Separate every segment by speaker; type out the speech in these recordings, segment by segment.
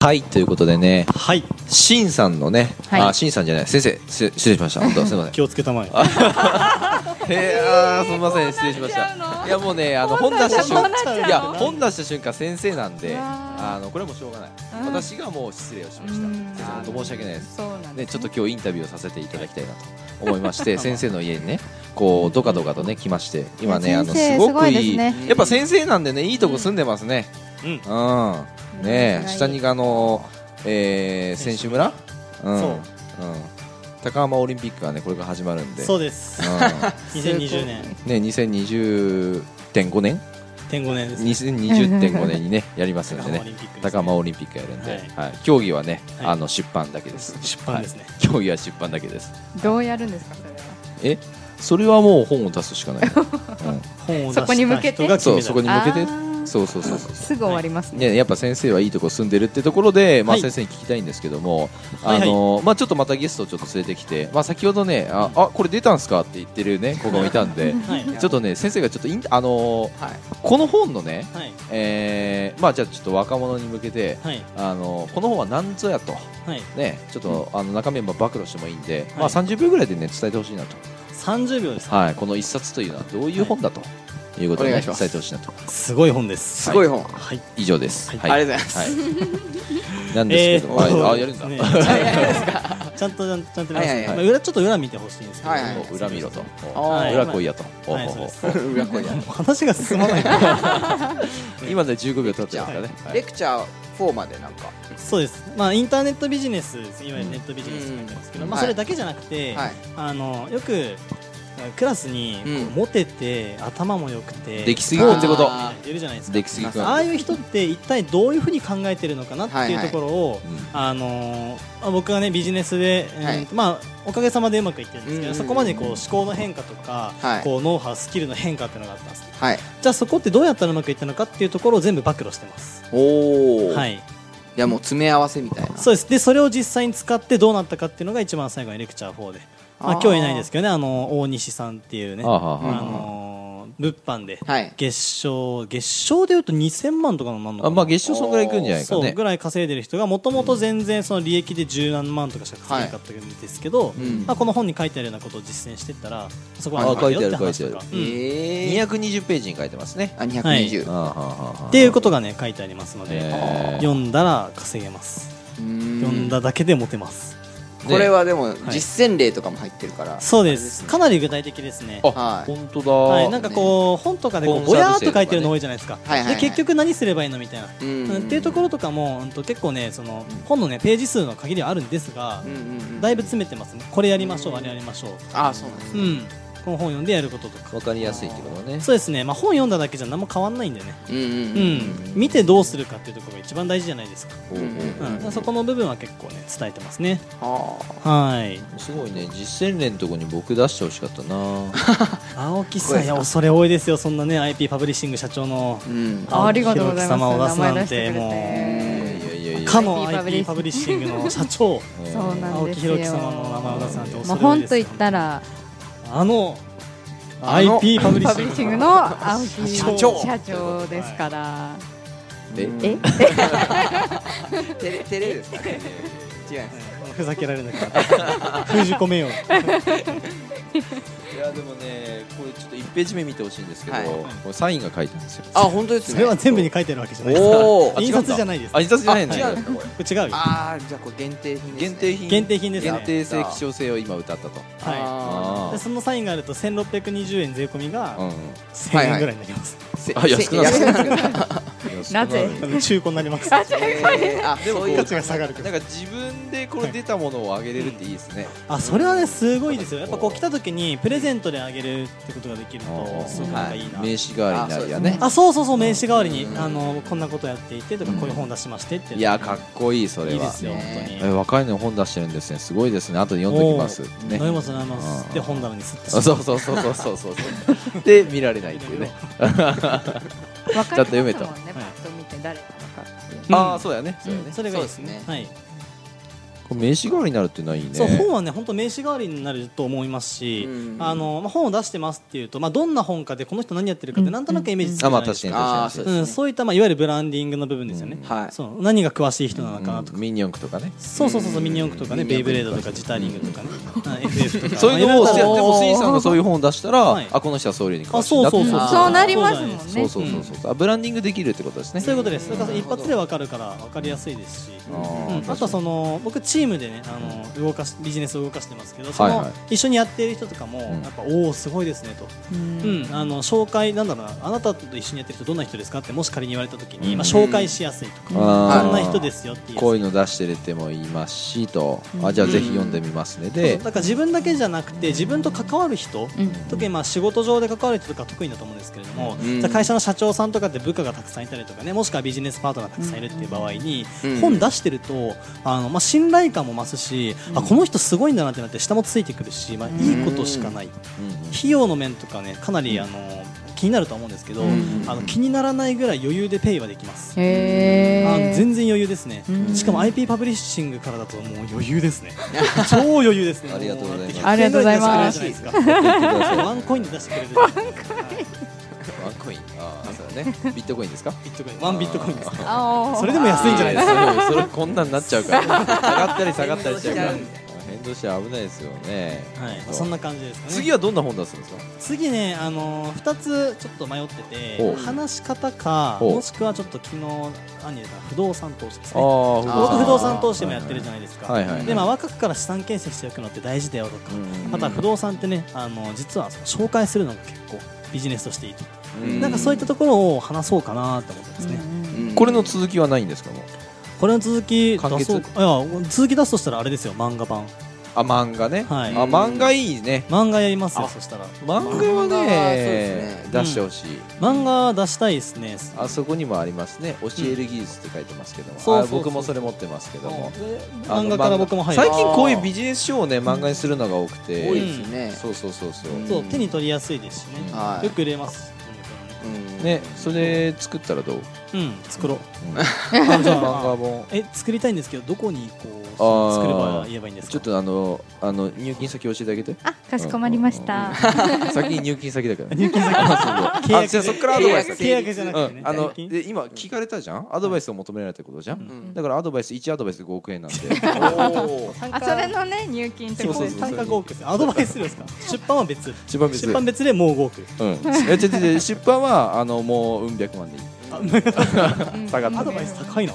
Speaker 1: はいということでね
Speaker 2: はい
Speaker 1: しんさんのね、
Speaker 3: はい
Speaker 1: あしんさんじゃない先生す失礼しました本当す みません
Speaker 2: 気をつけたまえ
Speaker 1: えー、あーすみません失礼しましたいやもうねあの本出した瞬
Speaker 3: こうなっちゃう
Speaker 1: 間
Speaker 3: の
Speaker 1: いや本出した瞬間先生なんで
Speaker 3: うわー
Speaker 1: あのこれはもうしょうがない
Speaker 3: うん
Speaker 1: 私がもう失礼をしました
Speaker 3: うん
Speaker 1: 先生本当申し訳ないです
Speaker 3: そうなん
Speaker 1: ね
Speaker 3: です
Speaker 1: ちょ
Speaker 3: ね
Speaker 1: っと今日インタビューをさせていただきたいなと思いまして 先生の家にねこうドカドカとね来まして今ねあの
Speaker 3: 先生
Speaker 1: すごく
Speaker 3: すごいで
Speaker 1: いい
Speaker 3: すね
Speaker 1: やっぱ先生なんでねいいとこ住んでますね
Speaker 2: うん
Speaker 1: うん
Speaker 3: う
Speaker 1: ね
Speaker 3: ん
Speaker 1: 下にあのえー選手村うん
Speaker 2: そう
Speaker 1: うん高浜オリンピックがねこれから始まるんで
Speaker 2: そうです
Speaker 1: うん
Speaker 2: 2020年
Speaker 1: ね、2020.5年
Speaker 2: 2005年ですね
Speaker 1: ?2020.5 年 にね、やりますんで
Speaker 2: 高浜オ
Speaker 1: ね。
Speaker 2: リンピックですね
Speaker 1: 高浜オリンピックやるんで、
Speaker 2: はい
Speaker 1: はい、競技はね、
Speaker 2: はい
Speaker 1: あの出版だけです。
Speaker 2: 出版ですね
Speaker 1: はい 競技は出版だけです。
Speaker 3: どうやるんですかそれは
Speaker 1: え、それはもう本を出すしかない。う
Speaker 2: 本を出
Speaker 3: そこに向
Speaker 2: し
Speaker 3: け
Speaker 2: た
Speaker 3: て
Speaker 2: 人が
Speaker 1: ん、そう、
Speaker 2: 決め
Speaker 1: そこ
Speaker 2: た
Speaker 1: に向けて
Speaker 3: あ。ー
Speaker 1: そうそうそうそう。
Speaker 3: すぐ終わりますね
Speaker 1: ね、やっぱ先生はいいとこ住んでるってところで、まあ、
Speaker 2: はい
Speaker 1: 先生に聞きたいんですけども、
Speaker 2: はいはい
Speaker 1: あのまあ、ちょっとまたゲストをちょっと連れてきて、まあ、先ほどねああこれ出たんすかって言って る、ね、子がいたんで
Speaker 2: はい
Speaker 1: ちょっとね先生がちょっとインあのーこの本のね、
Speaker 2: はい
Speaker 1: えーまあじゃあちょっと若者に向けて、
Speaker 2: はい
Speaker 1: あのこの本は何ぞやと
Speaker 2: はい
Speaker 1: ねちょっと、あの中身も暴露してもいいんで、ま
Speaker 2: は
Speaker 1: あ
Speaker 2: い
Speaker 1: 30秒ぐらいでね伝えてほしいなと、
Speaker 2: 30秒です
Speaker 1: はいこの一冊というのはどういう本だと、い、うことをね
Speaker 4: お願いし
Speaker 1: 伝
Speaker 4: ます
Speaker 1: えてほしいなと
Speaker 2: すごい本です
Speaker 4: すごい本、
Speaker 2: はい
Speaker 1: 以上です、
Speaker 2: はい
Speaker 4: ありがとうござい
Speaker 1: ます、はい、なんですけど、
Speaker 4: えー
Speaker 1: はいあやるん だ、
Speaker 2: ねちゃんとちゃんとちゃんと見ます
Speaker 4: はいはいはい
Speaker 2: まあ裏ちょっと裏見てほしいんですけど
Speaker 4: はいはい
Speaker 1: もう裏見ろと、
Speaker 4: はい
Speaker 1: 裏来いやと、
Speaker 2: はい
Speaker 1: ほうほうほう
Speaker 2: そう
Speaker 4: 裏声だ
Speaker 2: 話が進まない
Speaker 1: 今で15秒経ってますからね、はい
Speaker 4: レクチャー4までなんか
Speaker 2: そうですまあインターネットビジネスですいわゆるネットビジネスになってますけど
Speaker 4: うん
Speaker 2: まあ
Speaker 4: は
Speaker 2: そ
Speaker 4: い
Speaker 2: れだけじゃなくて
Speaker 4: はい
Speaker 2: あのよくクラスにこう
Speaker 4: うん
Speaker 2: モテて頭も良くて
Speaker 1: できすぎるってこと
Speaker 4: あ
Speaker 2: いるじゃないですか
Speaker 1: できすぎくん
Speaker 2: ああいう人って一体どういうふうに考えてるのかなって
Speaker 4: はい
Speaker 2: い
Speaker 4: は
Speaker 2: う
Speaker 4: い
Speaker 2: ところを、
Speaker 1: う
Speaker 2: あのーまあ僕はねビジネスで、うん
Speaker 4: はい
Speaker 2: まあおかげさまでうまくいってるんですけ
Speaker 4: うんうんう
Speaker 2: ど
Speaker 4: ん
Speaker 2: そこまでこう思考の変化とか、
Speaker 4: はい
Speaker 2: こうノウハウスキルの変化っていうのがあったんですね
Speaker 4: はい
Speaker 2: じゃあそこってどうやったらうまくいったのかっていうところを全部暴露してます
Speaker 4: おお
Speaker 2: はいい
Speaker 4: やもう詰め合わせみたいな
Speaker 2: そうですでそれを実際に使ってどうなったかっていうのが一番最後にレクチャー4で、まあ、今日いないです
Speaker 4: け
Speaker 2: けどねあの大西さんっていうね
Speaker 1: ん、あはは
Speaker 2: あのー物販で
Speaker 4: はい
Speaker 2: 月賞月賞でいうと2000万とかのなんのか
Speaker 1: あ
Speaker 2: な
Speaker 1: まあ月賞そんぐらいいくんじゃないか
Speaker 2: そう
Speaker 1: ね
Speaker 2: ぐらい稼いでる人がもともと全然その利益で十何万とかしか稼げなかったんですけど、
Speaker 4: うん
Speaker 2: まあ、この本に書いてあるようなことを実践していったらそこ
Speaker 1: あ
Speaker 2: までよ
Speaker 1: 書い
Speaker 2: って
Speaker 1: てあ
Speaker 2: 話
Speaker 1: る
Speaker 2: とか
Speaker 1: 書いてある
Speaker 2: う
Speaker 4: え
Speaker 2: ん
Speaker 4: え
Speaker 1: 220ページに書いてますね
Speaker 4: あ220
Speaker 1: あははは
Speaker 2: っていうことがね書いてありますので、
Speaker 1: えー
Speaker 2: 読んだら稼げます
Speaker 4: うーん
Speaker 2: 読んだだけでモテます、
Speaker 1: ね
Speaker 4: これはでも
Speaker 2: い
Speaker 4: 実践例とかも入ってるから
Speaker 2: そうですかなり具体的ですね
Speaker 1: あ、
Speaker 4: はい
Speaker 1: 本当だ、
Speaker 2: はい、なんかこう本とかでこう
Speaker 1: コン
Speaker 2: ぼ
Speaker 1: サ
Speaker 2: や
Speaker 1: ー
Speaker 2: ー
Speaker 1: ト
Speaker 2: っ
Speaker 1: 生とかね
Speaker 2: と書いてるの多いじゃないですか、
Speaker 4: はいはいはい
Speaker 2: で結局何すればいいのみたいな、
Speaker 4: う
Speaker 2: うんんっていうところとかも、うん、と結構ねその本のねページ数の限りはあるんですが
Speaker 4: う、んうんうん
Speaker 2: だいぶ詰めてますねこれやりましょうあれやりましょう
Speaker 4: あそうなんです
Speaker 2: う
Speaker 4: ね
Speaker 2: ん、この本読んでやることとか
Speaker 1: わかりやすいってことね
Speaker 2: そうですね、まあ、本読んだだけじゃ何も変わんないんでね、
Speaker 4: うんうん
Speaker 2: う
Speaker 4: うん
Speaker 2: ん、見てどうするかっていうところが一番大事じゃないですか、
Speaker 1: ほうほうほう
Speaker 2: うんそこの部分は結構ね伝えてますね
Speaker 4: あ
Speaker 2: はい
Speaker 1: すごいね実践例のとこに僕出してほしかったな
Speaker 2: 青木
Speaker 4: こ
Speaker 2: さ
Speaker 4: れ
Speaker 2: んいや恐れ多いですよそんなね IP パブリッシング社長の
Speaker 4: ーうん
Speaker 3: あありがとうございます
Speaker 2: 青木様を出すなんて
Speaker 3: 名前出
Speaker 1: い
Speaker 3: してくれて
Speaker 1: やいやいや
Speaker 2: かの
Speaker 3: IP
Speaker 2: IP パブリッシングの社長
Speaker 1: うん
Speaker 3: そうなん
Speaker 2: 青
Speaker 3: で
Speaker 2: 木
Speaker 3: すよ
Speaker 2: 弘樹様の名前を出すなんて
Speaker 3: もう
Speaker 2: 恐れ多い
Speaker 3: 本
Speaker 2: で
Speaker 3: と
Speaker 2: す
Speaker 3: 言
Speaker 2: よ
Speaker 3: ったら
Speaker 2: あの
Speaker 4: あの
Speaker 2: IP パブリ
Speaker 3: パブリッ
Speaker 2: ッ
Speaker 3: シ
Speaker 2: シ
Speaker 3: ン
Speaker 2: ン
Speaker 3: グ
Speaker 2: グ
Speaker 3: の青木
Speaker 2: 社
Speaker 4: 長
Speaker 3: 社長ですから
Speaker 1: え
Speaker 3: え
Speaker 4: 照れ照れですか ね違います
Speaker 2: うんふざけられなか った封じ込めよう
Speaker 1: いやでもねこれちょっと1ページ目見てほしいんですけど、
Speaker 4: はい
Speaker 1: これサインが書いてあるんですよ
Speaker 4: あ本当ですね
Speaker 2: それは全部に書いてあるわけじゃないですから
Speaker 4: おお
Speaker 1: あ違うん
Speaker 2: 印
Speaker 1: だ
Speaker 2: 刷じゃないです
Speaker 1: あ印刷じゃないんだ
Speaker 4: あ違うんですかこれ
Speaker 2: これ違うよ
Speaker 4: ああじゃあこれ限定品ですね
Speaker 1: 限定品
Speaker 2: 限定品ですね
Speaker 1: 限定性希少性を今歌ったと
Speaker 2: は
Speaker 4: あ
Speaker 2: いでそのサインがあると1620円税込み
Speaker 1: あ、うん
Speaker 2: が
Speaker 1: うん
Speaker 2: 1000円ぐらいになります、
Speaker 4: ーせ
Speaker 1: あ安くなる
Speaker 4: せ安くなる
Speaker 3: なぜ
Speaker 2: あの中古にな ります
Speaker 4: えーあ
Speaker 1: でもこ
Speaker 4: そう
Speaker 1: う
Speaker 4: い
Speaker 2: 価
Speaker 4: う
Speaker 2: 値が下がる
Speaker 1: なんか自分でこれ出たものをあげれるっていいですね、
Speaker 2: あそれはねすごいですよやっぱこう来た時にプレゼントであげるってことができる
Speaker 1: あ
Speaker 2: と
Speaker 1: あ
Speaker 2: すごくなんかいいな、
Speaker 1: 名刺代わりになるや
Speaker 4: あ
Speaker 1: ね
Speaker 2: あそうそうそう名刺代わりに
Speaker 4: うん
Speaker 2: あのこんなことやっていてとかこういう本出しましてって
Speaker 1: いやかっこいいそ
Speaker 2: こ
Speaker 1: れはい
Speaker 2: いですよ本
Speaker 4: ね
Speaker 2: 当に
Speaker 1: え若いのに本出してるんですねすごいですね後で読んできますってね
Speaker 2: 飲みます飲みます
Speaker 1: うん
Speaker 2: で本棚にすってしま
Speaker 1: あ
Speaker 2: う
Speaker 1: そうそうそうそうそうそうそうで見られないっていうねちゃんと
Speaker 2: た
Speaker 3: わかりますもんねパッと見て誰なのかっていう
Speaker 2: うん
Speaker 1: ああそうやねそうやね
Speaker 2: それがいいです
Speaker 4: そう
Speaker 2: ね
Speaker 4: です
Speaker 2: はい
Speaker 1: これ名刺代わりになるっていうのはいいね
Speaker 2: そう本はね本当名刺代わりになると思いますし、
Speaker 4: うん
Speaker 2: あのまあ、本を出してますっていうと、まあ、どんな本かでこの人何やってるかっ
Speaker 3: う
Speaker 2: て
Speaker 3: ん
Speaker 2: なんとなくイメージつくじ
Speaker 1: あ
Speaker 2: ゃ
Speaker 1: ま
Speaker 2: な
Speaker 1: あ
Speaker 2: いで
Speaker 1: 確
Speaker 2: す
Speaker 1: かに
Speaker 2: か、
Speaker 1: 確
Speaker 4: あ
Speaker 1: か
Speaker 4: あそ
Speaker 1: に
Speaker 4: うですね
Speaker 2: うん、そういった、まあ、いわゆるブランディングの部分ですよね、
Speaker 4: はい
Speaker 2: そう何が詳しい人なのかなとか、
Speaker 1: うんミニ四駆とかね
Speaker 2: そうそうそうそうミニ四駆とかね
Speaker 1: うん
Speaker 2: ベイブレードとかジターリングとかね、 うん FF と か
Speaker 1: そういうのを
Speaker 2: まあ
Speaker 1: で
Speaker 2: ろろ
Speaker 1: もスイさんがそういう本を出したら
Speaker 2: はい
Speaker 1: あこの人は総理に詳
Speaker 2: あ
Speaker 1: しい
Speaker 2: そ
Speaker 1: な
Speaker 2: う
Speaker 1: って
Speaker 2: そうそう
Speaker 4: あー
Speaker 3: そうなりますもんね
Speaker 1: そうそうそうそうあブランディングできるってことですね
Speaker 2: そういうことですだから
Speaker 4: うん
Speaker 2: 一発で分かるから分かりやすいですし、
Speaker 1: あー
Speaker 2: うん、あとはその僕チームでねあの動かしビジネスを動かしてますけどそ
Speaker 1: はい
Speaker 2: の、
Speaker 1: はい
Speaker 2: 一緒にやっている人とかも、
Speaker 1: ん
Speaker 2: やっぱおおすごいですねと、うんあの紹介なんだろうなあなたと一緒にやってる人どんな人ですかってもし仮に言われた時に、まあ、紹介しやすいとか、
Speaker 1: あー
Speaker 2: こんな人ですよっていう
Speaker 1: こういうの出してるっても言いますしとあじゃあぜひ読んでみますね
Speaker 2: そうそ
Speaker 1: で
Speaker 2: うだから自分だけじゃなくて自分と関わる人、
Speaker 3: うん
Speaker 2: 特にまあ仕事上で関わる人とか得意だと思うんですけれども、
Speaker 4: うん
Speaker 2: じゃあ会社の社長さんとかって部下がたくさんいたりとかねもしくはビジネスパートナーがたくさんいるっていう場合に、
Speaker 4: うん
Speaker 2: 本出してるとあの、まあ、信頼感も増すし、あこの人すごいんだなってなって下もついてくるし、まあ、いいことしかない、
Speaker 1: うん
Speaker 2: 費用の面とかねかなりあの気になるとは思うんですけど、
Speaker 4: うん
Speaker 2: あの気にならないぐらい余裕でペイはできます。
Speaker 3: へ
Speaker 2: あ
Speaker 3: え
Speaker 2: の全然余裕ですね、
Speaker 3: うん
Speaker 2: しかも IP パブリッシングからだともう余裕ですね超余裕ですね
Speaker 1: ありがとうございます
Speaker 3: ありがとうございます
Speaker 2: 100円ぐら
Speaker 1: うん
Speaker 2: いで出してくれるじゃないで
Speaker 1: 言ってくださ
Speaker 2: すか
Speaker 1: い
Speaker 2: ワンコインで出してくれるワンコイン
Speaker 1: ワンコインああそうだねビットコインです か
Speaker 2: ビットコインワンビットコインですね
Speaker 3: あー
Speaker 2: それでも安いんじゃないですか
Speaker 1: かそれこんなんなっちゃうから 下がったり下がったりしちゃうから
Speaker 4: 変
Speaker 1: 変動
Speaker 4: 動し
Speaker 1: しちゃ危ないですよね
Speaker 2: はい、まあそんな感じですかね
Speaker 1: 次はどんな本出すんですか
Speaker 2: 次ね、あのー、2つちょっと迷って
Speaker 1: お
Speaker 2: て話し方か
Speaker 1: お
Speaker 2: もしくはちょっと昨日アニメから不動産投資ですね
Speaker 1: あ
Speaker 2: 僕
Speaker 1: あ
Speaker 2: 不動産投資もやってるじゃないですか、
Speaker 1: はいはい
Speaker 2: でまあ、若くから資産形成しておくのって大事だよとか、
Speaker 1: うん
Speaker 2: また不動産ってねあの実はその紹介するのが結構ビジネスとしていいと、
Speaker 4: うん
Speaker 2: なんかそういったところを話そうかなと思ってますね、
Speaker 4: うん
Speaker 1: これの続きはないんですかもう
Speaker 2: これの続き出
Speaker 1: 完
Speaker 2: そ
Speaker 1: 結
Speaker 2: うかいや続き出すとしたらあれですよ漫画版
Speaker 1: あ漫画ね、
Speaker 2: はい
Speaker 1: あ漫画いいね
Speaker 2: 漫画やります
Speaker 1: あ
Speaker 2: よそしたら
Speaker 1: 漫画は
Speaker 4: 漫画はそう
Speaker 1: ね
Speaker 4: ですね
Speaker 1: 出してほしい、
Speaker 2: 漫画出したいですね
Speaker 1: あそこにもありますね教える技術って書いてますけども、
Speaker 2: そう
Speaker 1: あ
Speaker 2: そうそう
Speaker 1: 僕もそれ持ってますけども、あ
Speaker 2: 漫
Speaker 1: の
Speaker 2: 画から僕も入る
Speaker 1: 最近こういうビジネス書をね漫画にするのが多くて
Speaker 4: 多いですね
Speaker 1: そうそうそうそう、
Speaker 4: うん
Speaker 2: そう手に取りやすいですしね、
Speaker 4: はい
Speaker 2: よく売れます
Speaker 4: うん
Speaker 1: ねそれ作ったらどう、
Speaker 2: うん作ろう
Speaker 1: 漫
Speaker 2: あ じゃ
Speaker 1: 画
Speaker 2: あ
Speaker 1: 本
Speaker 2: え作りたいんですけどどこにこう
Speaker 1: あー
Speaker 2: 作れば言えばいいんですか
Speaker 1: ちょっ とあのあの入金先教えてあげて
Speaker 3: あかしこまりました
Speaker 1: 先に入金先だから、 ね、
Speaker 2: 入金先
Speaker 1: あそうそう
Speaker 2: 契約
Speaker 1: あじゃあそっからアドバイス
Speaker 4: 契約
Speaker 2: 契約じゃなくて
Speaker 1: う
Speaker 2: ね、
Speaker 1: ん、あの
Speaker 2: 最近
Speaker 1: で今聞かれたじゃんアドバイスを求められたことじゃん、
Speaker 2: うん
Speaker 4: うん
Speaker 1: だからアドバイス1アドバイスで5億円なんで
Speaker 4: おー
Speaker 2: 単
Speaker 3: あ
Speaker 2: 価
Speaker 3: それのね入金って
Speaker 2: そう
Speaker 3: こと
Speaker 2: そうそ
Speaker 3: です
Speaker 2: う
Speaker 3: ね
Speaker 2: 単価5億ですアドバイス料ですか出版は別
Speaker 1: 一番別
Speaker 2: 出版別でもう5億
Speaker 1: うん、え違う違う違う出版はあのもううん百万でいい
Speaker 3: うん
Speaker 1: 下がった
Speaker 2: アドバイス高いな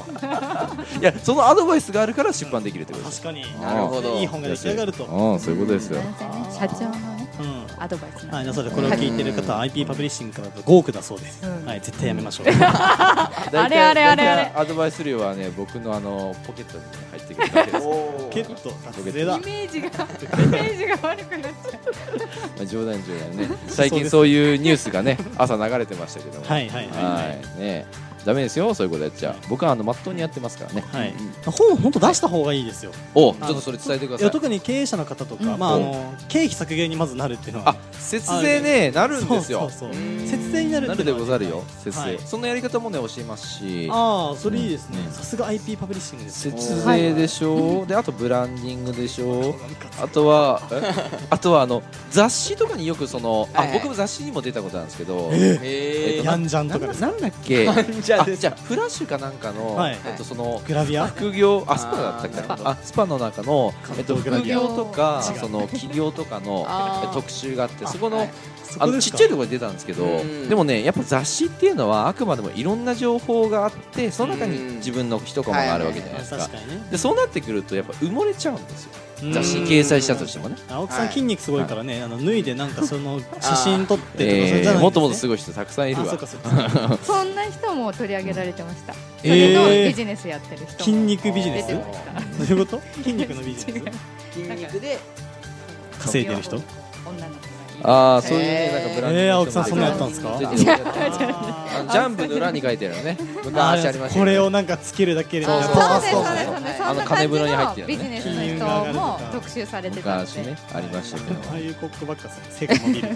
Speaker 1: やそのアドバイスがあるから出版できるってことです
Speaker 2: 確かに
Speaker 1: な
Speaker 4: なるほど
Speaker 2: いい本が出来上がると、
Speaker 1: うんそういうことですよ
Speaker 3: なんせね社長のね
Speaker 2: うん
Speaker 3: アドバイス
Speaker 2: は、
Speaker 3: ないん
Speaker 2: な
Speaker 3: で
Speaker 2: のでこれを聞いてる方は IP パブリッシングからだと5億だそうです、
Speaker 3: うん
Speaker 2: はい、絶対やめましょうは
Speaker 1: 大体
Speaker 3: あれあれあれあれ
Speaker 1: 大体アドバイス料はね僕のあのポケットに入ってくるだけです
Speaker 4: お
Speaker 2: い、ゲット達成だ
Speaker 3: イメージがイメージが悪くなっちゃう
Speaker 1: まあ冗談冗談ね 最近そういうニュースがね朝流れてましたけども
Speaker 2: はいはいはいはい
Speaker 1: はいねダメですよそういうことやっちゃ僕はあのまっとうにやってますからね
Speaker 2: はい、本本当出した方がいいですよ
Speaker 1: おちょっとそれ伝えてくだ
Speaker 2: い
Speaker 1: さ
Speaker 2: や
Speaker 1: い
Speaker 2: 特に経営者の方とか、
Speaker 3: うん
Speaker 2: まあ、あの経費削減にまずなるっていうのは
Speaker 1: あ節税ねなるんですよ
Speaker 2: そうそうそう節税になる
Speaker 1: な
Speaker 2: って
Speaker 1: る
Speaker 2: い
Speaker 1: で
Speaker 2: う
Speaker 1: ご
Speaker 2: のは
Speaker 1: ざるよ節
Speaker 2: は
Speaker 1: 税
Speaker 2: い
Speaker 1: そのやり方もね教えますし
Speaker 2: ああそれいいですね、
Speaker 1: うん
Speaker 2: さすが IP パブリッシングですね
Speaker 1: 節税でしょ、であとブランディングでしょあとはえあとはあの雑誌とかによくそのあ、
Speaker 4: はいはい
Speaker 1: 僕も雑誌にも出たことなんですけど、
Speaker 4: へ
Speaker 1: えー
Speaker 4: ー
Speaker 2: やんじゃん
Speaker 1: な
Speaker 2: と
Speaker 1: ん
Speaker 2: か
Speaker 1: だ
Speaker 2: です
Speaker 1: なんだっけあ
Speaker 4: じ
Speaker 1: じ
Speaker 4: ゃ
Speaker 1: ゃ
Speaker 4: あです
Speaker 1: あフラッシュかなんかの、
Speaker 2: はい
Speaker 1: えっとその
Speaker 2: グラビア
Speaker 1: 副業
Speaker 4: あー
Speaker 1: あスパだった
Speaker 2: な
Speaker 1: っ
Speaker 2: る
Speaker 1: け
Speaker 2: ほど
Speaker 1: あスパの中の、えっと、
Speaker 2: グラ
Speaker 1: 副
Speaker 2: ビア
Speaker 1: 業とか
Speaker 2: 違う
Speaker 1: その起業とかの
Speaker 3: あー
Speaker 1: え特集があってそこの,、
Speaker 4: はい
Speaker 2: そ
Speaker 1: あ
Speaker 2: こ
Speaker 1: の
Speaker 2: です
Speaker 1: ちっ
Speaker 2: か
Speaker 1: ちゃいところで出たんですけど、
Speaker 4: うん
Speaker 1: でもねやっぱ雑誌っていうのはあくまでもいろんな情報があってその中に
Speaker 4: うん
Speaker 1: 自分の一コマがあるわけじゃないですか、
Speaker 2: 確かにね
Speaker 1: でそうなってくるとやっぱ埋もれちゃうんですよ
Speaker 2: うん
Speaker 1: 雑誌掲載したとしてもね、
Speaker 2: 青木さん
Speaker 4: はい
Speaker 2: 筋肉すごいからね、あの脱いでなんかその写真撮ってとかそれじゃないんです
Speaker 1: え
Speaker 2: ね
Speaker 1: ーもっともっとすごい人たくさんいる
Speaker 2: あそ
Speaker 1: わ
Speaker 2: うかそうか
Speaker 3: そんな人も取り上げられてましたそ
Speaker 2: え
Speaker 3: れ
Speaker 2: ー
Speaker 3: のビジネスやってる人も
Speaker 2: 筋肉ビジネ
Speaker 3: 出
Speaker 2: ス
Speaker 3: てました
Speaker 2: どういうこと筋肉のビジネ
Speaker 3: 違う
Speaker 4: 筋肉で
Speaker 2: 稼いでる人
Speaker 3: 女の子がい
Speaker 1: ああそういうね
Speaker 4: えー
Speaker 1: なんかブランドの
Speaker 2: えー青木さんそんなやったんですか
Speaker 1: 出てる
Speaker 2: ス
Speaker 1: あのジャンプの裏に書いてあるのね昔ありました
Speaker 2: こ
Speaker 1: よね
Speaker 2: れをなんかつけるだけで
Speaker 1: そう
Speaker 3: る
Speaker 1: そう
Speaker 3: そう
Speaker 1: あー
Speaker 3: です
Speaker 1: そ
Speaker 3: そう
Speaker 1: うそう
Speaker 3: です
Speaker 1: そう
Speaker 3: そうです
Speaker 1: あ
Speaker 3: そん
Speaker 1: の
Speaker 3: な
Speaker 1: 金
Speaker 3: 感
Speaker 1: 風
Speaker 3: じ
Speaker 1: 呂に入って
Speaker 3: の
Speaker 1: るね
Speaker 3: ビジネスの人も特集されてたん
Speaker 1: 昔
Speaker 3: で
Speaker 1: ねありましたけど
Speaker 2: ああいうコックばっかさ成果も見るけど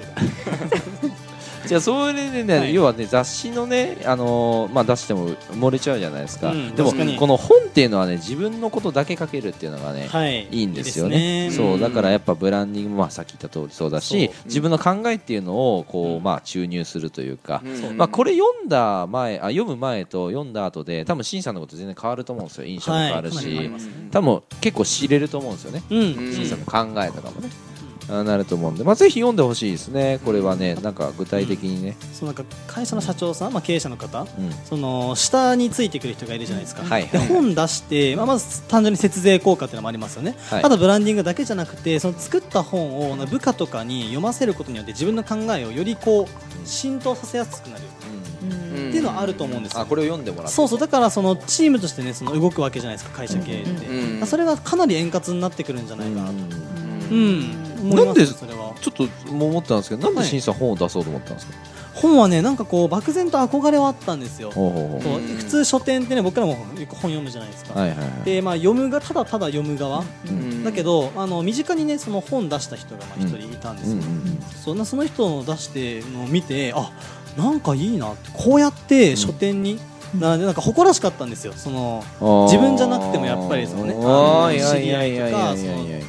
Speaker 1: じゃあそれでね、
Speaker 2: はい
Speaker 1: 要はね雑誌のね、あのーまあ、出しても漏れちゃうじゃないですか、
Speaker 2: うん
Speaker 1: でも
Speaker 2: 確かに
Speaker 1: この本っていうのはね自分のことだけ書けるっていうのがね、
Speaker 2: はい、
Speaker 1: いいんですよね
Speaker 2: いいです
Speaker 1: そう
Speaker 4: うん
Speaker 1: だからやっぱブランディングもまあさっき言った通りそうだし
Speaker 2: そう
Speaker 1: 自分の考えっていうのをこう、
Speaker 2: うん
Speaker 1: まあ、注入するというか、
Speaker 4: うん
Speaker 1: まあ、これ読んだ前あ読む前と読んだ後で多分新さんのこと全然変わると思うんですよ印象も変わる
Speaker 2: はいかなり
Speaker 1: し、
Speaker 2: 変わりますね
Speaker 1: 多分結構知れると思うんですよね
Speaker 2: うん、
Speaker 4: うん
Speaker 1: 審査の考えとかもね、あなると思うんで、まあ、ぜひ読んでほしいですねこれはねなんか具体的にね、
Speaker 2: そのなんか会社の社長さん、まあ、経営者の方
Speaker 1: うん
Speaker 2: その下についてくる人がいるじゃないですか、
Speaker 1: はい
Speaker 2: で本出して、まあ、まず単純に節税効果っていうのもありますよね、
Speaker 1: はい
Speaker 2: ただブランディングだけじゃなくてその作った本をまあ部下とかに読ませることによって自分の考えをよりこう浸透させやすくなるっ
Speaker 3: うん
Speaker 4: うん
Speaker 2: ていうのはあると思うんですよ、
Speaker 1: あこれを読んでもらって
Speaker 2: そうそうだからそのチームとしてねその動くわけじゃないですか会社経営って、
Speaker 4: うん
Speaker 2: それがかなり円滑になってくるんじゃないかなと、
Speaker 1: うん
Speaker 2: うん
Speaker 3: うん
Speaker 2: 思い
Speaker 1: な
Speaker 2: ま
Speaker 1: んです
Speaker 2: それは
Speaker 1: ちょっともう思ったんですけどなんで
Speaker 2: はい
Speaker 1: 審査本を出そうと思ったんですか、
Speaker 2: 本はねなんかこう漠然と憧れはあったんですよ、
Speaker 1: ほうほうほう
Speaker 2: そう
Speaker 4: うん
Speaker 2: 普通書店ってね僕らもよく本読むじゃないですか、
Speaker 1: はいはいはい
Speaker 2: でまあ、読むがただただ読む側、
Speaker 4: うん
Speaker 2: だけどあの身近にねその本出した人がまあ
Speaker 1: うん
Speaker 2: 一人いたんで
Speaker 1: う
Speaker 2: す
Speaker 1: ん
Speaker 2: よ、
Speaker 1: うん
Speaker 2: そんなその人の出してのを見てあなんかいいなってこうやって書店に、ななんか誇らしかったんですよその
Speaker 1: あー
Speaker 2: 自分じゃなくてもやっぱりそのね
Speaker 1: あ
Speaker 2: あの
Speaker 1: ーいやいや
Speaker 2: 知
Speaker 1: い
Speaker 2: り合
Speaker 1: や
Speaker 2: い
Speaker 1: い
Speaker 2: とか
Speaker 1: やいやいや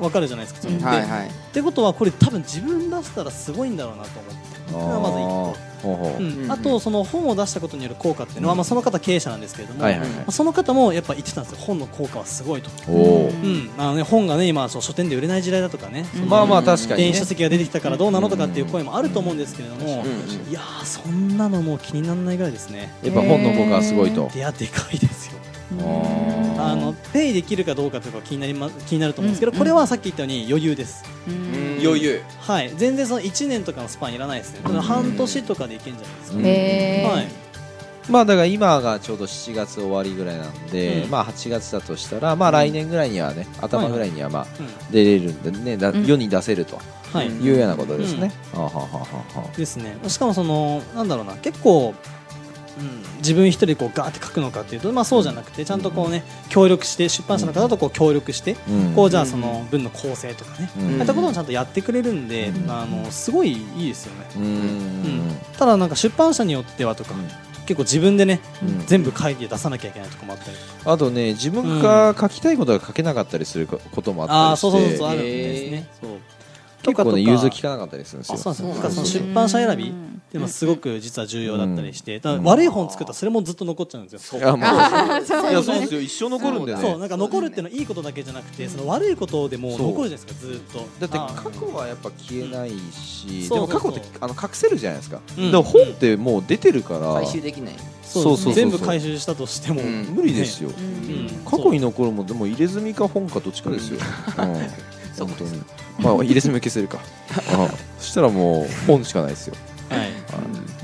Speaker 2: わかるじゃないですかそれって、
Speaker 4: はいはい
Speaker 2: ってことはこれ多分自分出したらすごいんだろうなと思って
Speaker 1: あー
Speaker 2: これがまず一個
Speaker 1: ほうほう
Speaker 2: うん
Speaker 4: うん
Speaker 2: あとその本を出したことによる効果っていうのは、
Speaker 1: うん
Speaker 2: まあ、その方経営者なんですけれども、
Speaker 1: はいはいは
Speaker 4: うん
Speaker 1: い
Speaker 2: まあその方もやっぱ言ってたんですよ本の効果はすごいと、
Speaker 1: おお
Speaker 3: うん
Speaker 2: うんあのね、本がね今そう書店で売れない時代だとかね、
Speaker 3: うん
Speaker 2: その
Speaker 1: まあまあ確かに
Speaker 2: 電
Speaker 1: ね
Speaker 2: 子書籍が出てきたからどうなのとかっていう声もあると思うんですけれども、
Speaker 4: うん
Speaker 2: いやーそんなのもう気にならないぐらいですね
Speaker 1: やっぱ本の効果はすごいと
Speaker 2: いやでかいですよ
Speaker 1: あー
Speaker 2: あのペイできるかどうかとか気になり、ま、気になると思うんですけど、
Speaker 3: うん
Speaker 2: これはさっき言ったように余裕です
Speaker 3: うん
Speaker 4: 余裕
Speaker 2: はい全然その1年とかのスパンいらないですねだから半年とかでいけんじゃないですか、
Speaker 1: うん
Speaker 3: へー
Speaker 2: はい
Speaker 1: まあだから今がちょうど7月終わりぐらいなんで、
Speaker 2: うん
Speaker 1: まあ8月だとしたらまあ来年ぐらいにはね頭ぐらいにはまあ
Speaker 2: うん
Speaker 1: 出れるんでね、だ
Speaker 3: うん
Speaker 1: 世に出せると
Speaker 2: はい、
Speaker 4: うん
Speaker 1: いうようなことですね。あはははは
Speaker 2: ですねしかもそのなんだろうな結構、うん、自分一人でこうガーって書くのかっていうと、まあ、そうじゃなくてちゃんとこうね協力して出版社の方とこう協力して、
Speaker 1: うん
Speaker 2: こうじゃあその文の構成とかね、
Speaker 1: う
Speaker 2: そうんいったこともちゃんとやってくれるんで、
Speaker 1: うん
Speaker 2: あのすごいいいですよね、
Speaker 1: うんうん
Speaker 2: ただなんか出版社によってはとか、結構自分でね、
Speaker 1: うん
Speaker 2: 全部会議で出さなきゃいけないとかもあったり
Speaker 1: あとね自分が書きたいことが書けなかったりすることもあ
Speaker 2: あ
Speaker 1: っ
Speaker 2: あ
Speaker 1: た
Speaker 2: そう
Speaker 1: り
Speaker 2: そう
Speaker 1: して
Speaker 2: そうそうあるんですねそう
Speaker 1: 結構ね
Speaker 2: とかとか
Speaker 1: 融通きかなかったりするんです
Speaker 2: あ
Speaker 1: よ。
Speaker 2: そうなんですよ
Speaker 4: そう
Speaker 2: だか
Speaker 4: なん
Speaker 2: ら
Speaker 4: です
Speaker 2: そ
Speaker 4: よ
Speaker 2: の出版社選びっ
Speaker 3: うん
Speaker 2: ていうのはすごく実は重要だったりして、だから
Speaker 1: うん
Speaker 2: 悪い本作ったらそれもずっと残っちゃうんですよ、
Speaker 1: いやまあ
Speaker 3: あーそう
Speaker 1: い
Speaker 3: な
Speaker 1: や
Speaker 3: ん
Speaker 1: そう
Speaker 3: だね
Speaker 1: ですよ一生残るんだよ
Speaker 2: そう
Speaker 1: ね。
Speaker 2: なんか残るっていうのはいいことだけじゃなくて、その悪いことでも残るじゃないですかずーっと
Speaker 1: だって
Speaker 2: あー
Speaker 1: 過去はやっぱ消えないし、
Speaker 2: うん
Speaker 1: でも過去っ
Speaker 2: そう
Speaker 1: て
Speaker 2: そう
Speaker 1: あの隠せるじゃないですか。
Speaker 2: うん
Speaker 1: でも本ってもう出てるから、
Speaker 4: 回収できない
Speaker 2: そう
Speaker 1: そうそうそう
Speaker 2: 全部回収したとしても、
Speaker 4: うん
Speaker 1: 無理ですよ。
Speaker 3: うん
Speaker 1: 過去に残るもんでも入れ墨か本かどっちかですよ。 うん、
Speaker 4: そう
Speaker 1: 本当に。まあ入れ墨は消せるか。あそしたらもう本しかないですよ。
Speaker 2: はい
Speaker 1: は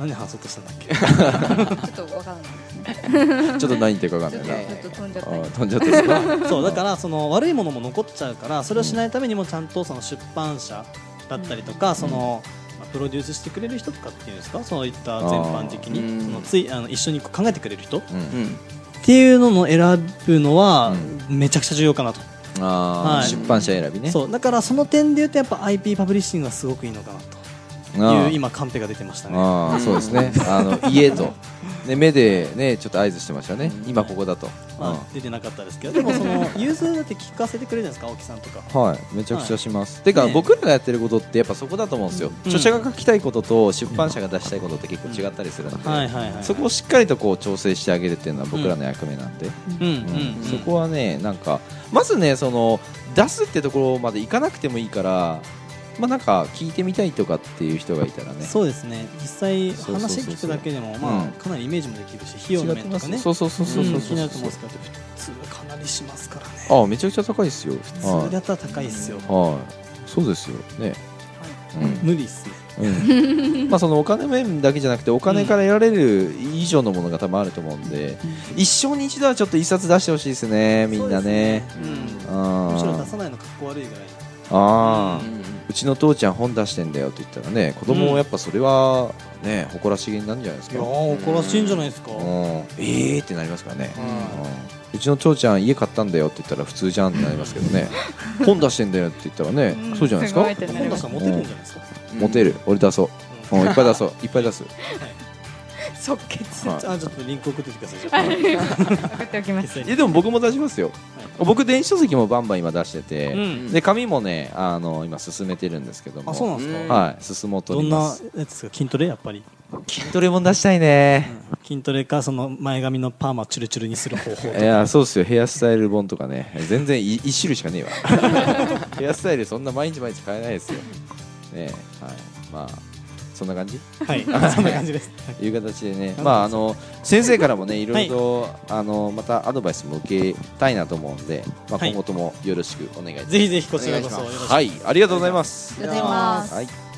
Speaker 2: 何で話そうとしたんだっけ
Speaker 3: ちょっとわからないですね
Speaker 1: いちょっと何言ってるかわか
Speaker 3: ち
Speaker 1: ん
Speaker 3: ょっ
Speaker 1: ないな。
Speaker 4: い
Speaker 3: とちょっと飛んじゃった
Speaker 1: あ飛んじゃってるな。
Speaker 2: そうだからその悪いものも残っちゃうからそれをしないためにもちゃんとその出版社だったりとか、そのまあプロデュースしてくれる人とかっていうんですかそういった全般的
Speaker 4: あーう
Speaker 2: に
Speaker 4: ん
Speaker 2: そのついあの一緒にこう考えてくれる人っ
Speaker 1: うん
Speaker 4: うん
Speaker 2: ていうのの選ぶのは
Speaker 1: う
Speaker 2: めちゃくちゃ重要かなと、
Speaker 1: あー
Speaker 2: はい
Speaker 1: 出版社選びね。
Speaker 2: そうだからその点で言うとやっぱ IP パブリッシングはすごくいいのかなと
Speaker 1: あー
Speaker 2: いう今カンペが出てましたね
Speaker 1: あーそうですね。あの家と。ね、目でねちょっと合図してましたね、今ここだと、
Speaker 2: まあ、出てなかったですけどでも その融通だって聞かせてくれるじゃないですか青木さんとか
Speaker 1: うんはいめちゃくちゃします、てか、
Speaker 2: ね
Speaker 1: 僕らがやってることってやっぱそこだと思うんですよ、
Speaker 2: うん
Speaker 1: 著者が書きたいことと出版社が出したいことって結構違ったりするので、
Speaker 2: はいはいはい
Speaker 1: そこをしっかりとこう調整してあげるっていうのは僕らの役目なんで、
Speaker 2: うんう
Speaker 1: うん
Speaker 2: んうん
Speaker 1: そこはねなんかまずねその出すってところまで行かなくてもいいからまあなんか聞いてみたいとかっていう人がいたらね
Speaker 2: そうですね実際
Speaker 1: そうそうそう
Speaker 2: 話
Speaker 1: そう
Speaker 2: 聞くだけでもま
Speaker 1: うん
Speaker 2: あかなりイメージもできるし費用の面とかね
Speaker 1: そうそうそうそうそう
Speaker 2: うん
Speaker 1: そ
Speaker 2: 気に
Speaker 1: う
Speaker 2: なると思
Speaker 1: そ
Speaker 2: うん
Speaker 1: う
Speaker 2: ですけど普通かなりしますからね
Speaker 1: ああめちゃくちゃ高いですよ
Speaker 2: 普
Speaker 1: は
Speaker 2: 通だったら高いですよ
Speaker 1: い、はい、そうですよね
Speaker 2: 無理っすね
Speaker 1: うんまあそのお金面だけじゃなくてお金から得られる以上のものが多分あると思うんで、一生に一度はちょっと一冊出してほしいですねみんなね
Speaker 2: そうです
Speaker 1: う
Speaker 2: うん
Speaker 1: ん
Speaker 2: むしろ出さないのかっこ悪いぐらい
Speaker 1: ああ、
Speaker 4: うん
Speaker 1: うちの父ちゃん本出してんだよって言ったらね子供もやっぱそれはね、誇らしげになるんじゃないですか、うん、
Speaker 2: 怒らしいんじゃないですか
Speaker 1: えーってなりますからね、
Speaker 4: うん
Speaker 1: うんうちの父ちゃん家買ったんだよって言ったら普通じゃんってなりますけどね本出してんだよって言ったらね、
Speaker 3: うん
Speaker 1: そうじゃないですか
Speaker 3: すごいってな
Speaker 2: 本
Speaker 3: り
Speaker 2: 出
Speaker 3: ま
Speaker 2: し
Speaker 3: す
Speaker 2: たらモテるんじゃないですか
Speaker 1: モテる俺出そううんいっぱい出そういっぱい出す
Speaker 3: 即 決。
Speaker 1: は
Speaker 3: 送
Speaker 1: い
Speaker 2: あちょっとリンク送ってきてくださいじゃあ
Speaker 3: っておきます。
Speaker 2: 決
Speaker 1: い
Speaker 2: 済
Speaker 1: やでも僕も出しますよ僕電子書籍もバンバン今出してて、
Speaker 2: うん
Speaker 1: で紙もねあの今進めてるんですけども
Speaker 2: あそうなんですか
Speaker 4: うん
Speaker 1: はい進もうと
Speaker 2: ど
Speaker 1: り
Speaker 2: んな
Speaker 1: ます
Speaker 2: やつですか筋トレやっぱり
Speaker 1: 筋トレも出したいね、
Speaker 2: 筋トレかその前髪のパーマチュルチュルにする方法と
Speaker 1: い
Speaker 2: か
Speaker 1: やそうですよヘアスタイル本とかね全然い一種類しかねえわヘアスタイルそんな毎日毎日変えないですよねえはいまあそんな感じ
Speaker 2: はいそんな感じです
Speaker 1: いう形でね
Speaker 2: い
Speaker 1: まああの先生からもねいろいろと、あのまたアドバイスも受けたいなと思うんで、まあ、
Speaker 2: はい
Speaker 1: 今後ともよろしくお願いいたします
Speaker 2: ぜひぜひこちらこそよろしくお願いします
Speaker 1: はいありがとうございます
Speaker 3: ありがとうございます。
Speaker 1: はい